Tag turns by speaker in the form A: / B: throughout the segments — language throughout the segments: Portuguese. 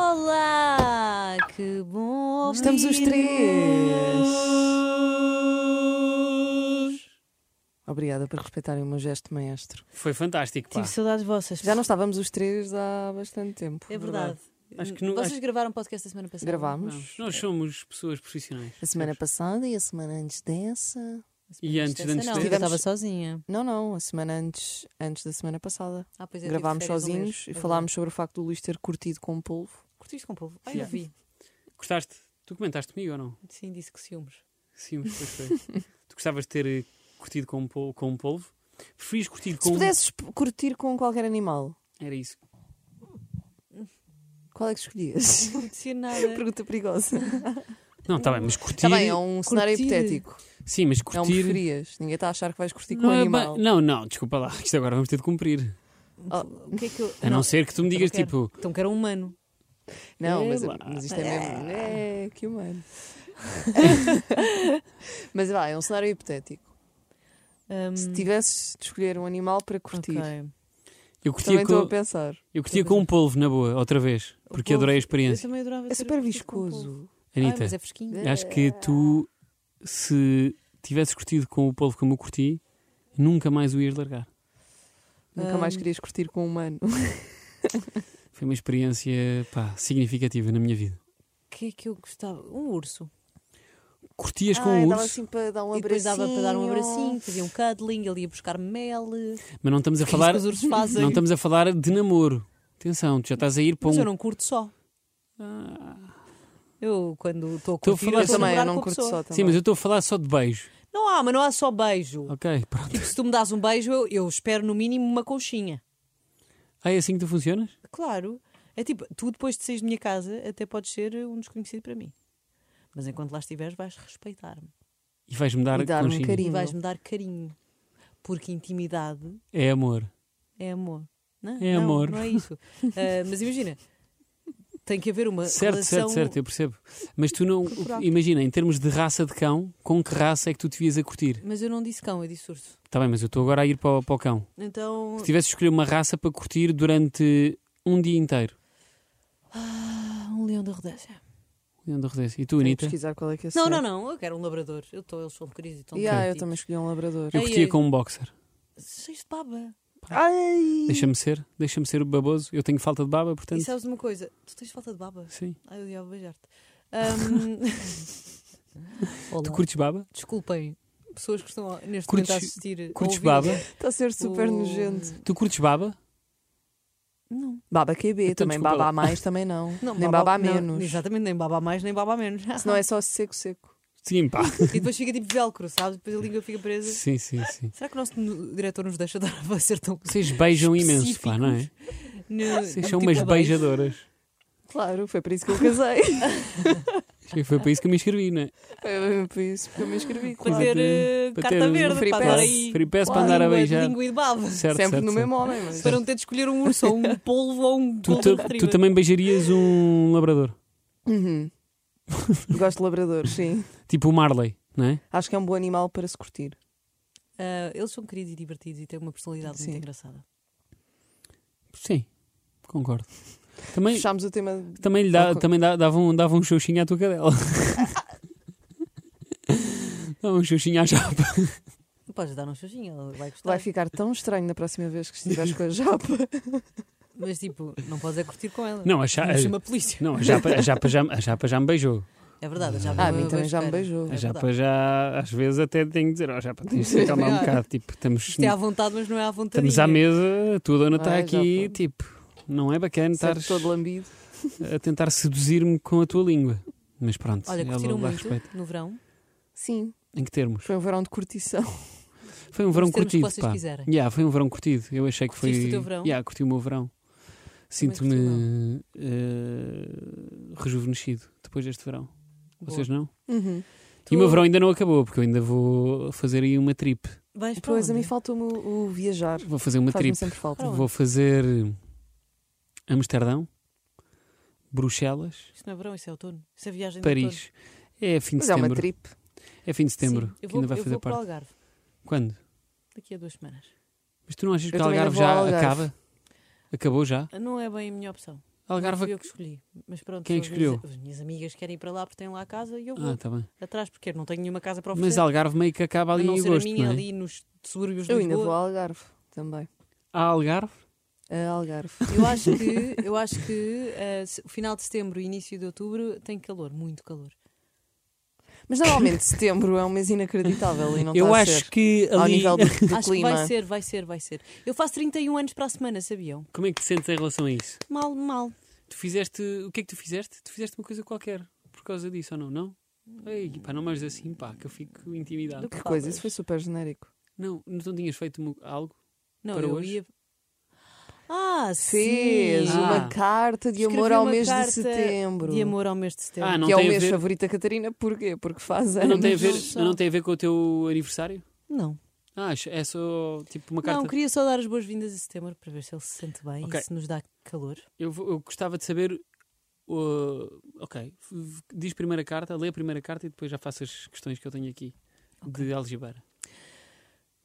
A: Olá, que bom ouvir.
B: Estamos os três. Obrigada por respeitarem o meu gesto maestro.
C: Foi fantástico, pá.
A: Tive saudades vossas.
B: Já não estávamos os três há bastante tempo.
A: É verdade. Hum,
C: Acho que não-
A: Vocês
C: acho-
A: gravaram um podcast da semana passada?
B: Gravámos
C: Não, nós somos pessoas profissionais.
B: a semana passada e a semana antes dessa.
C: E antes de antes
A: não,
C: desta-
A: eu estava
B: Tivemos-
A: sozinha.
B: Não, não, a semana antes, antes da semana passada.
A: Ah, pois eu tive
B: Gravámos
A: férias ao
B: sozinhos
A: mês.
B: e
A: É
B: falámos sobre o facto do Luís ter curtido com o polvo.
A: verdade. Curtiste com o povo? Ah, eu
C: Yeah.
A: vi.
C: Gostaste? Tu comentaste comigo ou não?
A: Sim, disse que ciúmes.
C: Sim, pois foi. tu gostavas de ter eh, curtido com um polvo? Com um polvo? Preferias curtir com um-
A: um-
B: Se pudesses p- curtir com qualquer animal,
C: Era isso.
B: qual é que escolhias?
A: Não disse nada.
B: Pergunta perigosa.
C: Não, está bem, mas curtir.
B: Está bem, é um cenário
A: curtir.
B: hipotético.
C: Sim, mas
B: É um
C: curtir.
B: preferias. Ninguém está a achar que vais curtir com
C: não,
B: um
C: é
B: animal.
C: bem- não, não, desculpa lá. Isto agora vamos ter de cumprir.
B: Oh,
A: O que é que eu.
C: A não, ser que tu me
A: eu não
C: digas
A: quero.
C: tipo.
A: Então que era um humano.
B: Não, mas,
C: Ela.
B: mas isto é mesmo. É, que humano. mas vá, é um cenário hipotético.
A: Ahm,
B: Se tivesses de escolher um animal para
A: Hum,
B: curtir,
A: ok.
C: Eu curtia,
B: também estou
C: com,
B: a pensar.
C: eu curtia com um polvo, na boa, outra vez. Porque
A: polvo.
C: adorei a
A: Eu
C: experiência.
A: também adorava
B: É
A: ter um
B: super
A: curtido com o povo.
B: viscoso.
A: Ah,
C: Anitta.
A: mas é fresquinho.
C: Acho que tu, se tivesses curtido com o polvo como eu curti, nunca mais o ias largar.
B: Nunca mais
A: Hum.
B: querias curtir com um humano.
C: Foi uma experiência pá, significativa na minha vida.
A: O que é que eu gostava? Um urso.
C: Curtias com
B: Ai,
C: o
B: dava
C: urso,
B: assim para dar um
A: e depois
B: abraço.
A: dava para dar um abracinho, fazia um cuddling, ele ia buscar mel.
C: mas não estamos a
A: Que isso
C: falar,
A: que os ursos fazem.
C: não estamos a falar de namoro. Atenção, tu já estás a ir para
A: Mas
C: um.
A: eu não curto só. Ah. Eu, quando estou a
C: Estou a
A: curtir,
C: falar
A: eu
B: Eu
A: estou a
B: também, eu
A: namorar
B: não
A: com a
B: curto
A: pessoa.
B: só também.
C: Sim, mas eu estou a falar só de beijo.
A: Não há, mas não há só beijo.
C: Ok, pronto.
A: Tipo, se tu me dás um beijo, eu, eu espero no mínimo uma conchinha.
C: Ah, é assim que tu funcionas?
A: Claro. É tipo, tu depois de saís de minha casa, até podes ser um desconhecido para mim. Mas enquanto lá estiveres, vais respeitar-me.
C: E vais-me dar,
B: E dar um
C: conchinha.
B: carinho.
A: E vais-me dar carinho. Porque intimidade
C: É amor.
A: É amor. Não,
C: É
A: não,
C: amor.
A: Não é isso. Ah, mas imagina, tem que haver uma
C: Certo,
A: relação.
C: certo, certo, eu percebo. Mas tu não.
A: Corporal.
C: Imagina, em termos de raça de cão, com que raça é que tu te vias a curtir?
A: Mas eu não disse cão, eu disse urso.
C: Está bem, mas eu estou agora a ir para o- para o cão.
A: Então,
C: Se tivesse de escolher uma raça para curtir durante um dia inteiro.
A: ah, um leão da rodeia.
C: Leão da Rodécia. E tu,
B: Tenho que
C: Anitta?
B: pesquisar qual é que é esse
A: Não, não,
B: cenário.
A: não, eu quero um labrador. Eu tô, eles são queridos e estão
B: Yeah, eu
A: divertidos.
B: também escolhi um labrador.
C: Eu
A: Ai,
C: curtia
A: ai.
C: com um boxer.
B: Hum.
A: Cheios Tipo, de baba.
B: Ai!
C: Deixa-me ser, deixa-me ser o baboso. Eu tenho falta de baba, portanto.
A: E
B: é
A: sabes uma coisa? Tu tens falta de baba.
C: Sim.
A: Ai, eu odiava beijar-te. Ahm, Olá.
C: Tu curtes baba?
A: Desculpem, pessoas que estão neste
C: Curtes-
A: momento a assistir. a
C: Curtes
A: ouvir.
C: baba?
B: Está tá a ser super
A: Oh.
B: nojento.
C: Tu curtes baba?
A: Não.
B: Baba QB,
C: Então,
B: também
C: desculpa
B: baba
C: lá.
B: a mais também não.
A: não
B: Nem baba, a
A: não,
B: menos.
A: exatamente, nem baba a mais, nem baba a menos.
B: Senão é só seco, seco.
C: Sim, pá.
A: E depois fica tipo velcro, sabes? Depois a língua fica presa.
C: sim, sim, sim.
A: Será que o nosso nu- diretor nos deixa dar a ser tão.
C: Vocês beijam imenso, pá, não é?
A: No,
C: Vocês são
A: tipo
C: umas
A: a beijo?
C: beijadoras.
B: Claro, foi para isso que eu casei.
C: Acho que foi para isso que eu me inscrevi, não é?
B: Foi por isso que eu me inscrevi.
A: Para
B: Claro.
A: ter eh,
C: Para
A: carta
C: ter
A: verde,
B: free
A: para
B: pass.
A: andar aí.
C: Free pass para
A: Claro,
C: andar a
A: língua de
C: beijar.
A: língua e de baba.
C: Certo,
B: Sempre
C: certo,
B: no
C: certo.
B: mesmo homem, mas.
A: Para não ter de escolher um urso ou um polvo ou um
C: Tu,
A: golden
C: ta- tu
A: retriever.
C: também beijarias um labrador.
B: Uhum. Gosto de labradores, sim.
C: Tipo o Marley, não é?
B: Acho que é um bom animal para se curtir.
A: Ah, eles são queridos e divertidos e têm uma personalidade
B: Sim.
A: muito engraçada.
C: Sim, concordo. Também,
B: Fechámos o tema.
C: Também, lhe dá,
B: Ok.
C: também dá- dava, um, dava um xoxinho à tua cadela. dava um xoxinho à chapa.
A: Podes dar um chuchinho, ela vai gostar.
B: Vai ficar tão estranho na próxima vez que estiveres com a japa.
A: Mas tipo, não podes é curtir com ela.
C: Não, a, cha-
A: Mas chama a polícia.
C: não, a japa, a, japa já, a japa já me beijou.
A: É verdade, já
B: Ah, a mim também já me beijou.
C: A
A: É
C: japa
A: verdade.
C: já, às vezes, até tenho que dizer: Ó, japa, tens de calmar um
A: Melhor.
C: bocado. Tipo, estamos,
A: Isto é à vontade, mas não é à vontade.
C: estamos à mesa, a tua dona está
A: Ah,
B: Ai,
C: aqui.
B: japa.
C: Tipo, não é bacana estar
B: Sempre todo lambido.
C: a tentar seduzir-me com a tua língua. Mas pronto,
A: Olha,
C: ela
A: curtiram
C: dá
A: muito
C: respeito.
A: no verão.
B: Sim,
C: Em que termos?
B: foi um verão de curtição.
C: Foi um verão
A: Os termos que
C: curtido.
A: vocês
C: pá.
A: quiserem.
C: Yeah, foi um verão curtido. Eu achei que foi.
A: Curtiste o teu verão?
C: Yeah, curti o meu verão. Sinto-me eh, rejuvenescido depois deste verão.
A: Boa.
C: Vocês não?
B: Uhum.
C: E
A: Tu
C: o meu verão ainda não acabou, porque eu ainda vou fazer aí uma trip.
A: Vais para
B: Pois, a
A: onde?
B: mim faltou-me o, o viajar.
C: Vou fazer uma
B: Faz-me
C: trip.
B: sempre falta.
A: um Para onde?
C: Vou fazer Amsterdão, Bruxelas,
A: Isto não é verão, isso é outono. Isso é viagem de outono.
C: Paris. É fim de
B: Mas é uma
C: setembro.
B: trip.
C: É fim de setembro.
A: Sim,
C: que
A: eu vou,
C: ainda vai
A: eu
C: fazer
A: vou
C: parte.
A: para o Algarve
C: Quando?
A: daqui a duas semanas.
C: Mas tu não achas que
B: Eu
C: o
B: também
C: Algarve
B: vou ao
C: já
B: Algarve.
C: acaba? Acabou já?
A: Não é bem a minha opção. Não fui
C: Algarve.
A: eu que escolhi. Mas pronto,
C: Quem é
A: são
C: que
A: as minhas-
C: escolheu?
A: As minhas amigas querem ir para lá porque têm lá a casa e eu vou
C: Ah, tá bem.
A: atrás porque eu não tenho nenhuma casa para oferecer.
C: Mas Algarve meio que acaba
A: a
C: ali
A: não
C: em
A: ser
C: agosto,
A: a minha
C: não é?
A: ali nos subúrbios de
B: Eu ainda
A: Lisboa.
B: vou ao Algarve também.
C: Há Algarve?
B: A Algarve.
A: Eu acho que, eu acho que eh, se- final de setembro e início de outubro tem calor, muito calor.
B: Mas normalmente setembro é um mês inacreditável e não
C: eu
B: está a
C: acho
B: ser.
C: que
B: Ao
C: ali...
B: nível do, do
A: acho
B: clima.
A: que vai ser, vai ser, vai ser. Eu faço 31 anos para a semana, sabiam?
C: Como é que te sentes em relação a isso?
A: Mal, mal.
C: Tu fizeste... O que é que tu fizeste? Tu fizeste uma coisa qualquer por causa disso, ou não? Não? Ei, pá, não mais assim, pá, que eu fico intimidado.
A: Do
B: Que
A: que
B: coisa,
A: falas?
B: isso foi super genérico.
C: Não, não tinhas feito uma- algo?
A: Não,
C: Para
A: eu
C: hoje?
A: ia. Ah,
B: Fez
A: sim.
B: uma
C: Ah.
B: carta de amor
A: Escrevi
B: ao
A: uma
B: mês de
A: carta
B: setembro.
A: De amor ao mês de setembro.
C: Ah, não
B: que é o
C: tem a
B: mês
C: ver-
B: favorito da Catarina, porquê? Porque faz anos.
C: Não tem, a ver,
A: Não sei.
C: não tem a ver com o teu aniversário?
A: Não.
C: Ah, é só tipo uma carta.
A: Não, queria só dar as boas-vindas a setembro para ver se ele se sente bem
C: Ok.
A: e se nos dá calor.
C: Eu, vou- eu gostava de saber. uh, ok, F- diz primeira carta, lê a primeira carta e depois já faço as questões que eu tenho aqui de algebra.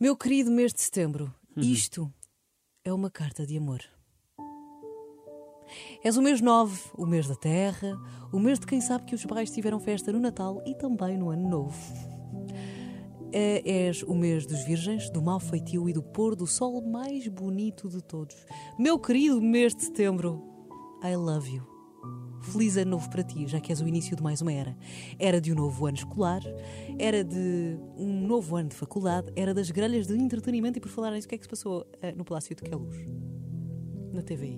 A: Meu querido mês de setembro,
C: Uhum.
A: isto é uma carta de amor. És o mês 9, o mês da terra, o mês de quem sabe que os pais tiveram festa no Natal e também no Ano Novo. É- És o mês dos virgens, do mau feitio e do pôr do sol mais bonito de todos. Meu querido mês de setembro, I love you. Feliz ano novo para ti, já que és o início de mais uma era. Era de um novo ano escolar, era de um novo ano de faculdade, era das grelhas de entretenimento e por falar nisso, o que é que se passou eh, no Palácio de Queluz? Na TVI.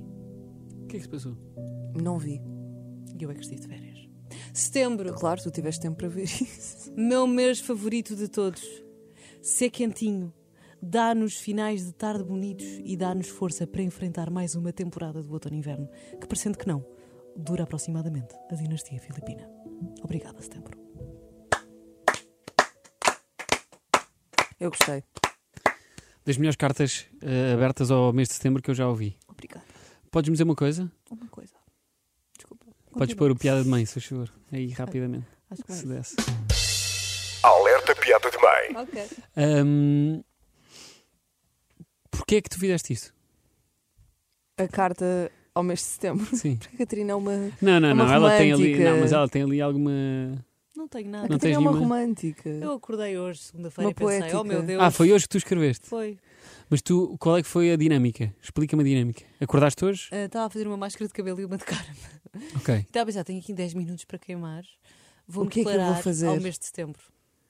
C: O que é que se passou?
B: Não vi.
A: E eu é que estive de férias. Setembro,
B: Claro, tu tiveste tempo para ver isso.
A: meu mês favorito de todos. Ser quentinho, dá-nos finais de tarde bonitos e dá-nos força para enfrentar mais uma temporada do outono e inverno, que parecendo que não, dura aproximadamente a dinastia filipina. Obrigada, setembro.
B: Eu gostei.
C: Das melhores cartas uh, abertas ao mês de setembro que eu já ouvi.
A: Obrigada.
C: Podes-me dizer uma coisa?
A: Uma coisa. Desculpa.
C: Podes pôr o piada de mãe, se faz favor. Aí, rapidamente,
A: Acho que
C: se
A: vai.
C: desse.
D: Alerta piada de mãe.
A: Ok.
C: Um, Porquê é que tu fizeste isso?
B: A carta ao mês de setembro.
C: Sim.
B: A Catarina é uma.
C: Não, não,
B: É uma
C: não. Ela tem ali.
B: romântica.
C: Não, mas ela tem ali alguma.
A: Não tenho
B: A
A: nada.
C: Não tens
B: Catarina é uma
C: nenhuma?
B: romântica.
A: Eu acordei hoje, segunda-feira,
B: Uma
A: e pensei,
B: poética.
A: oh meu Deus.
C: Ah, foi hoje que tu escreveste.
A: Foi.
C: Mas tu, qual é que foi a dinâmica? Explica-me a dinâmica. Acordaste hoje?
A: Ah, Estava a fazer uma máscara de cabelo e uma de cara.
C: Ok.
A: E Estava a pensar, tenho aqui 10 minutos para queimar. Vou-me
B: O que é que eu vou
A: declarar
B: fazer?
A: ao mês de setembro.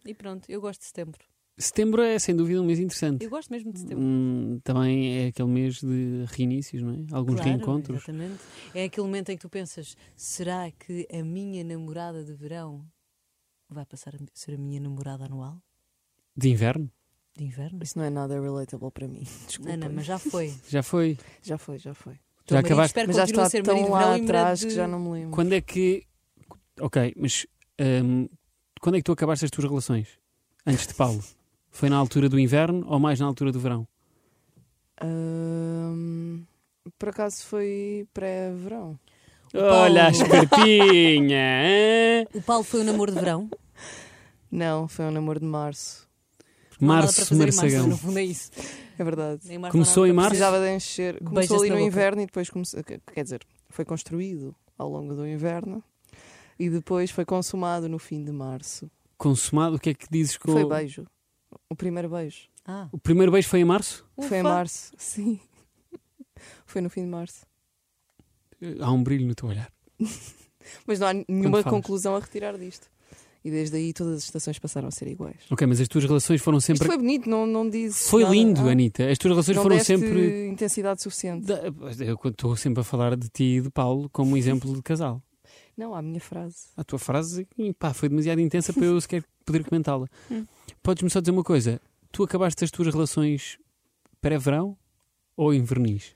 A: E pronto, eu gosto de setembro.
C: Setembro é sem dúvida um mês interessante.
A: Eu gosto mesmo de setembro.
C: Hum, também é aquele mês de reinícios, não é? Alguns
A: Claro,
C: reencontros.
A: Exatamente. É aquele momento em que tu pensas, será que a minha namorada de verão vai passar a ser a minha namorada anual?
C: De inverno?
A: De inverno?
B: Isso não é nada relatable para mim. Desculpa.
A: Não, não, mas já foi.
C: Já foi.
B: Já foi, já foi.
A: O teu marido,
C: acabaste?
A: Espero que
B: Mas já
A: continue a
B: está
A: ser marido
B: tão
A: de
B: lá
A: verão e mulher
B: atrás
A: de-
B: que já não me lembro.
C: Quando é que. Ok, mas. hum, quando é que tu acabaste as tuas relações? Antes de Paulo? Foi na altura do inverno ou mais na altura do verão?
B: Ahm, por acaso foi pré-verão.
A: Paulo.
C: Olha a espertinha! hã?
A: O Paulo foi o namoro de verão.
B: Não, foi um namoro de março.
A: Não há nada para
C: Março,
A: fazer em março,
C: Marçagão.
A: No fundo é isso.
B: É verdade.
A: Em março
C: Começou
A: não há
C: em
A: nada para
C: março?
A: fazer.
B: Precisava de encher. Começou
A: Beija-se
B: ali
A: na
B: no
A: boca.
B: inverno e depois começou. que- Quer dizer, foi construído ao longo do inverno e depois foi consumado no fim de março.
C: Consumado, o que é que dizes com.
B: Foi beijo. O primeiro beijo.
A: Ah,
C: O primeiro beijo foi em março?
B: Foi em
A: ufa.
B: março. Sim. Foi no fim de março.
C: Há um brilho no teu olhar.
B: Mas não há nenhuma
C: falas.
B: conclusão a retirar disto. E desde aí todas as estações passaram a ser iguais.
C: Ok, mas as tuas relações foram
B: Isto
C: sempre.
B: foi bonito, não, não diz.
C: Foi
B: nada.
C: lindo,
A: é?
B: Ah,
C: Anitta. As tuas relações
B: não
C: foram
B: deste
C: sempre.
B: intensidade suficiente.
C: Da- Eu estou sempre a falar de ti e de Paulo como um exemplo de casal.
B: Não, a minha frase.
C: A tua frase hum, pá, foi demasiado intensa para eu sequer poder comentá-la.
A: Hum.
C: Podes-me só dizer uma coisa: tu acabaste as tuas relações pré-verão ou inverniz?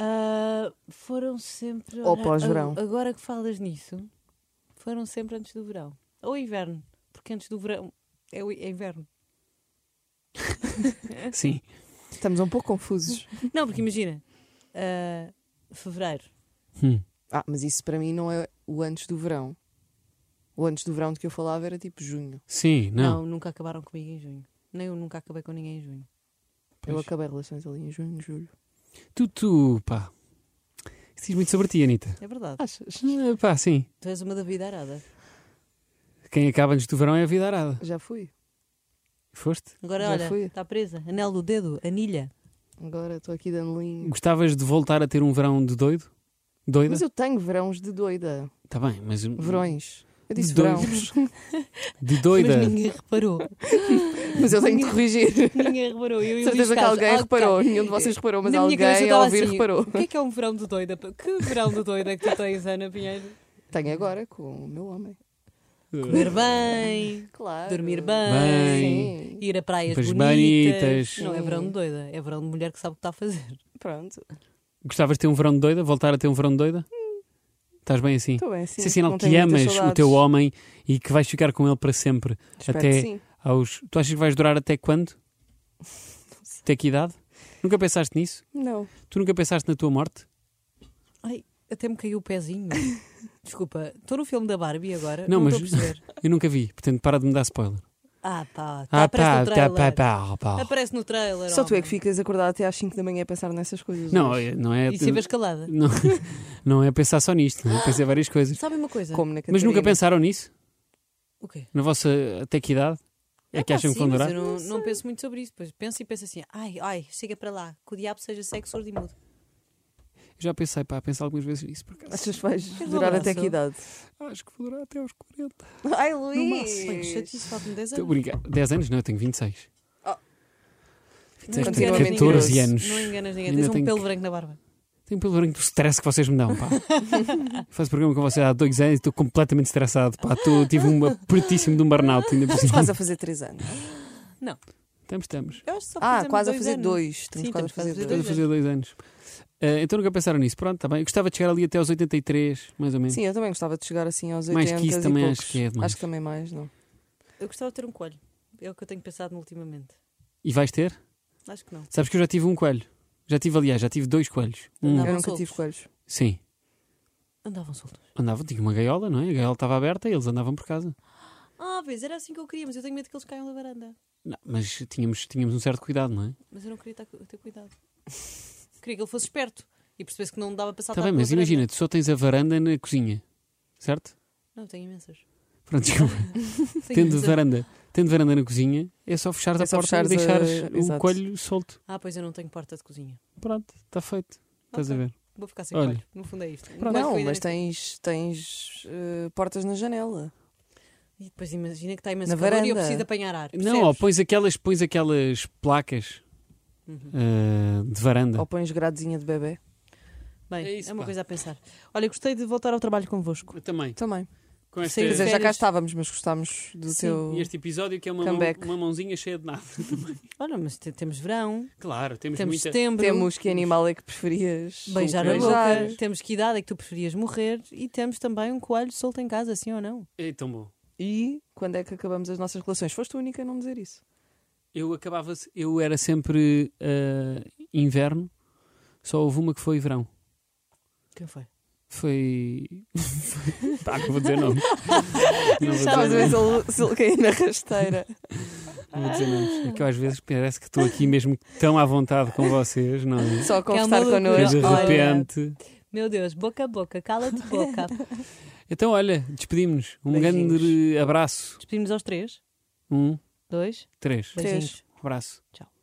A: Ah, foram sempre.
B: Ou pós-verão.
A: Ah, Agora que falas nisso, foram sempre antes do verão. Ou inverno. Porque antes do verão é, o- é inverno. É assim.
C: Sim.
B: Estamos um pouco confusos.
A: Não, porque imagina. ah, fevereiro.
C: Hum.
B: Ah, mas isso para mim não é o antes do verão. O antes do verão de que eu falava era tipo junho.
C: Sim, não.
A: Não. nunca acabaram comigo em junho. Nem eu nunca acabei com ninguém em junho.
B: Eu
C: Pois.
B: acabei relações ali em junho, julho.
C: Tu, tu, pá. Isso diz muito sobre ti, Anitta.
A: É verdade.
B: Achas?
C: Ah, Pá, sim.
A: Tu és uma da vida arada.
C: Quem acaba antes do verão é a vida arada.
B: Já fui.
C: Foste?
A: Agora,
B: Já
A: olha,
B: fui.
A: está presa. Anel do dedo, anilha.
B: Agora estou aqui dando linha.
C: Gostavas de voltar a ter um verão de doido? Doida?
B: Mas eu tenho verões de doida.
C: Tá bem, mas.
B: Verões. Eu disse
C: Doido.
B: verões.
C: De doida.
A: é Mas ninguém reparou.
B: Mas eu tenho de corrigir.
A: ninguém reparou. Eu e o Luís
B: Certeza que
A: Carlos.
B: alguém
A: Ah,
B: reparou.
A: ok.
B: Nenhum de vocês reparou, mas
A: Na minha cabeça
B: alguém
A: estava
B: ao ouvir
A: assim,
B: reparou.
A: O que é que é um verão de doida? Que verão de doida é que tu tens, Ana Pinheiro?
B: Tenho agora com o meu homem.
C: Eh.
A: Comer bem,
B: Claro.
A: dormir bem,
C: Bem.
B: Sim.
A: ir a praias
C: Pois
A: bonitas.
C: bonitas.
A: Não é verão de doida, é verão de mulher que sabe o que está a fazer.
B: Pronto.
C: Gostavas de ter um verão de doida? Voltar a ter um verão de doida? Estás bem assim?
B: Estou bem, sim.
C: Isso é sinal
B: Não
C: que
B: tenho muitas
C: amas o
B: saudades.
C: teu homem e que vais ficar com ele para sempre.
B: Espero
C: até
B: que sim.
C: aos. Tu achas que vais durar até quando? Até que idade? Nunca pensaste nisso?
B: Não.
C: Tu nunca pensaste na tua morte?
A: Ai, até me caiu o pezinho. Desculpa, estou no filme da Barbie agora.
C: Não,
A: Não,
C: mas-
A: estou a perceber.
C: Eu nunca vi, portanto para de me dar spoiler.
A: Ah, pá, tá, aparece no
C: tá,
A: trailer.
C: pá, pá, pá.
A: Aparece no trailer.
B: Só tu é
A: homem.
B: que ficas acordado até às 5 da manhã a pensar nessas coisas.
C: Não,
B: Mas
C: é- não é.
A: E sempre escalada.
C: Não, não é pensar só nisto, não é? pensei várias coisas.
A: Sabe uma coisa?
B: como na
C: Mas nunca
B: Catarina.
C: pensaram nisso?
A: O quê?
C: Na vossa até que idade? É
A: Ah,
C: que
A: pá,
C: acham que
A: sim,
C: vão
A: mas
C: durar?
A: Eu não, não penso muito sobre isso. Pois penso e penso assim: ai, ai, chega para lá, que o diabo seja sexo surdo e mudo.
C: Já pensei, pá, pensei algumas vezes nisso por acaso.
B: Achas que vais
A: um
B: durar até
A: abraço?
B: que idade?
C: Acho que vou durar até aos 40.
B: Ai,
A: Bem, que
B: Luís!
A: chatice, faltam 10
C: Estou a
A: anos.
C: brincar. 10 anos? Não, eu tenho 26.
B: Oh.
C: 26,
B: Não
C: tenho
B: enganas
C: 14
B: ninguém.
C: anos.
A: Não enganas ninguém,
C: Ainda
A: tens um
C: tenho
A: pelo
C: que-
A: branco na barba.
C: Tenho pelo branco do stress que vocês me dão, pá. Faço programa com vocês há dois anos e estou completamente estressado, pá. Estou- tive um apertíssimo de um burnout ainda por cima.
B: Quase a fazer 3 anos.
C: Estamos, estamos.
A: Eu acho que só
B: Ah,
A: fizemos
B: quase a
A: dois
B: fazer
A: anos.
B: 2.
A: Sim,
B: Estamos quase a
A: estamos quase a
B: fazer
A: fazer
B: 2.
C: Estamos a fazer dois anos. Ah, então nunca pensaram nisso. Pronto, está bem. Eu gostava de chegar ali até aos 83, mais ou menos.
B: Sim, eu também gostava de chegar assim aos 80
C: Mais que isso
B: e
C: também
B: poucos.
C: acho que é demais.
B: Acho que também mais, não.
A: Eu gostava de ter um coelho. É o que eu tenho pensado ultimamente.
C: E vais ter?
A: Acho que não.
C: Sabes que eu já tive um coelho. Já tive, aliás, já tive dois coelhos. Um,
A: Não.
B: Eu
A: Andavam
B: nunca
A: soltos.
B: tive coelhos.
C: sim.
A: Andavam soltos.
C: Andavam, tinha uma gaiola, não é? A gaiola estava aberta e eles andavam por casa.
A: Ah, pois era assim que eu queria, mas eu tenho medo que eles caiam da varanda.
C: Não, mas tínhamos, tínhamos um certo cuidado, não é?
A: Mas eu não queria tá- ter cuidado. queria que ele fosse esperto e percebesse que não dava para saltar
C: Está Tá bem,
A: pela
C: mas
A: tá varanda.
C: imagina, tu só tens a varanda na cozinha, certo?
A: Não, tenho imensas.
C: Pronto, desculpa.
A: Tenho
C: tendo
A: imensas.
C: varanda, tendo varanda na cozinha, é só fechares
B: É
C: a
B: só
C: porta e
B: fechares a-
C: deixares o
B: Exato.
C: coelho solto.
A: Ah, pois eu não tenho porta de cozinha.
C: Pronto, está feito. Estás a
A: Ok.
C: ver?
A: Vou ficar sem
C: Olha.
A: coelho. No fundo é isto. Vai
B: Não,
A: cuidar
B: mas
A: aqui.
B: tens, tens eh, portas na janela.
A: E depois imagina que está imenso
B: Na
A: calor e eu
B: varanda.
A: preciso apanhar ar.
C: Não, ou
A: percebes?
C: pões aquelas, pões aquelas placas
A: Uhum.
C: ah, de varanda.
B: Ou pões gradezinha de bebê.
A: Bem,
C: É
A: é,
C: isso,
A: uma
C: pá.
A: coisa a pensar. Olha, gostei de voltar ao trabalho convosco.
C: Eu também.
B: Também.
C: Com
A: esta-
B: Quer
A: Sim,
B: dizer,
A: Férias.
B: já cá estávamos, mas gostámos do
A: Sim.
B: teu.
C: este episódio que é uma,
B: mão- Comeback.
C: uma mãozinha cheia de nada.
A: Olha, mas te- temos verão,
C: Claro,
A: temos setembro,
B: Temos que animal é que preferias
A: beijar a
B: beijar.
A: boca, temos que idade é que tu preferias morrer e temos também um coelho solto em casa, sim ou não?
C: É tão bom.
B: E quando é que acabamos as nossas relações? Foste a única a não dizer isso.
C: Eu acabava, eu era sempre ah, inverno, só houve uma que foi verão.
A: Quem foi?
C: Foi. tá, não vou dizer nomes. Não vou
B: Estavas a ver
C: dizer
B: se
C: nomes.
B: ele, se ele caía na rasteira.
C: Não vou dizer nomes. É que eu às vezes parece que estou aqui mesmo tão à vontade com vocês, não é?
B: Só a conversar
A: loucura.
C: Que de
B: connosco.
A: Olha.
C: repente.
A: Meu Deus, boca a boca, cala-te boca.
C: Então, olha, despedimos-nos. Um
B: Beijinhos.
C: grande abraço.
A: Despedimos aos três,
C: Um,
A: dois,
C: três.
A: beijinhos.
C: Abraço.
A: Tchau.